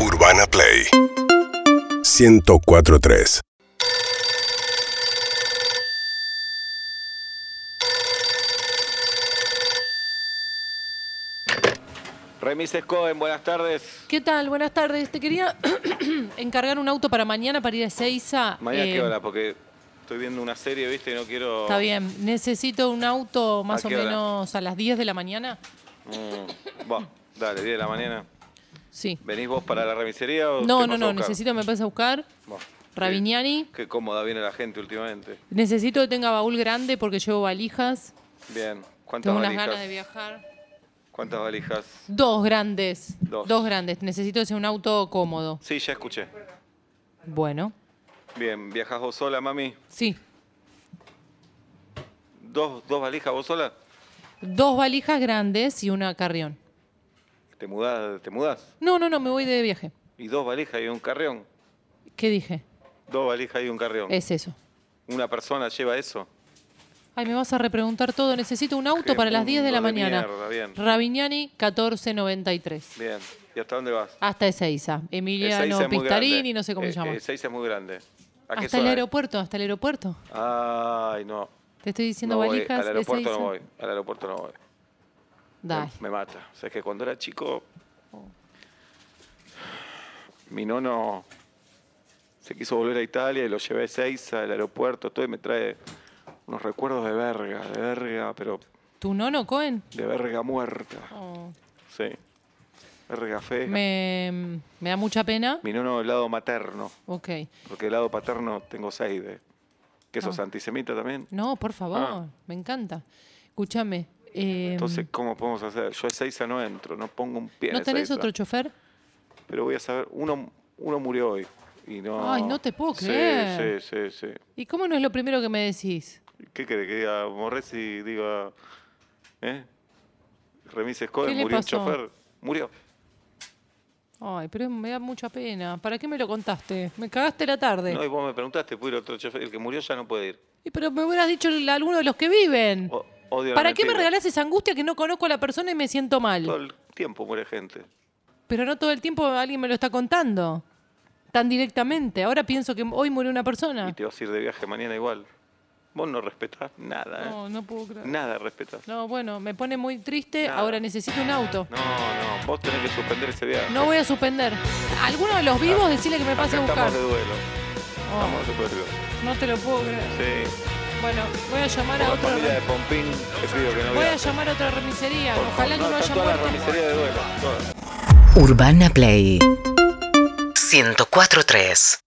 Urbana Play 1043 Remises Cohen, buenas tardes. ¿Qué tal? Buenas tardes. Te quería encargar un auto para mañana para ir a Ezeiza. Mañana Eh, qué hora, porque estoy viendo una serie, viste, y no quiero. Está bien. Necesito un auto más ¿A o qué hora? menos a las 10 de la mañana. Mm, Bueno, dale, 10 de la mañana. Sí. ¿Venís vos para la remisería o No, te no, paso a no. buscar? Necesito, me pasa a buscar. Bueno, Ravignani. Qué, qué cómoda viene la gente últimamente. Necesito que tenga baúl grande porque llevo valijas. Bien. ¿Cuántas Tengo unas valijas? ganas de viajar. ¿Cuántas valijas? Dos grandes. Dos. grandes. Necesito que sea un auto cómodo. Sí, ya escuché. Bueno. Bien, ¿viajás vos sola, mami? Sí. ¿Dos, dos valijas vos sola? Dos valijas grandes y una carrión. ¿Te mudás? ¿Te mudás? No, no, no. Me voy de viaje. ¿Y dos valijas y un carrión? ¿Qué dije? Dos valijas y un carrión. Es eso. ¿Una persona lleva eso? Ay, me vas a repreguntar todo. Necesito un auto Qué para las 10 de la mundo de mañana. mierda, bien. Ravignani 1493. Bien. ¿Y hasta dónde vas? Hasta Ezeiza. Emiliano Ezeiza es muy grande. Pistarini, no sé cómo Eh, se llama. eh, Ezeiza es muy grande. ¿A qué hasta el zona? aeropuerto, hasta el aeropuerto. Ay, no. Te estoy diciendo no voy. valijas. Al aeropuerto no Ezeiza. voy. Al aeropuerto no voy. Dale. Me, me mata. O sea, es que cuando era chico, mi nono se quiso volver a Italia y lo llevé a Ezeiza, al aeropuerto, todo, y me trae unos recuerdos de verga, de verga, pero ¿Tu nono, Cohen? de verga muerta. Oh, Sí. Verga fea. me, me da mucha pena. Mi nono del lado materno, Ok. porque del lado paterno tengo seis de... ¿Qué sos Ah. antisemita también? No, por favor. Ah. Me encanta. Escúchame. eh, Entonces, ¿cómo podemos hacer? Yo a Ezeiza no entro, no pongo un pie en ¿No tenés Ezeiza. otro chofer? Pero voy a saber, uno, uno murió hoy. Y no... Ay, no te puedo Sí, creer. Sí, sí, sí. ¿Y cómo no es lo primero que me decís? ¿Qué querés que diga Morres y diga... ¿Eh? Remises ¿Qué Cohen le murió un pasó? chofer. Murió. Ay, pero me da mucha pena. ¿Para qué me lo contaste? Me cagaste la tarde. No, y vos me preguntaste, ¿puede ir otro chofer? El que murió ya no puede ir. Y pero me hubieras dicho el- alguno de los que viven. O- odio la ¿Para qué me mentira. regalás esa angustia que no conozco a la persona y me siento mal? Todo el tiempo muere gente. Pero no todo el tiempo alguien me lo está contando. Tan directamente. Ahora pienso que hoy murió una Y persona. te vas a ir de viaje mañana igual. Vos no respetás nada, ¿eh? No, no puedo creer. Nada respetás. No, bueno, me pone muy triste. Nada. Ahora necesito un auto. No, no, vos tenés que suspender ese viaje. No voy a suspender. Alguno de los vivos, decirle que me pase a Acá buscar. Estamos de duelo. Oh, Estamos de duelo. no te lo puedo creer. Sí. Bueno, voy a llamar Por a la otro. familia de Pompín, te pido que no Voy a viajes. llamar a otra remisería. Por favor, Ojalá que no están haya todas las muerto. remiserías de duelo, todas. Urbana Play 1043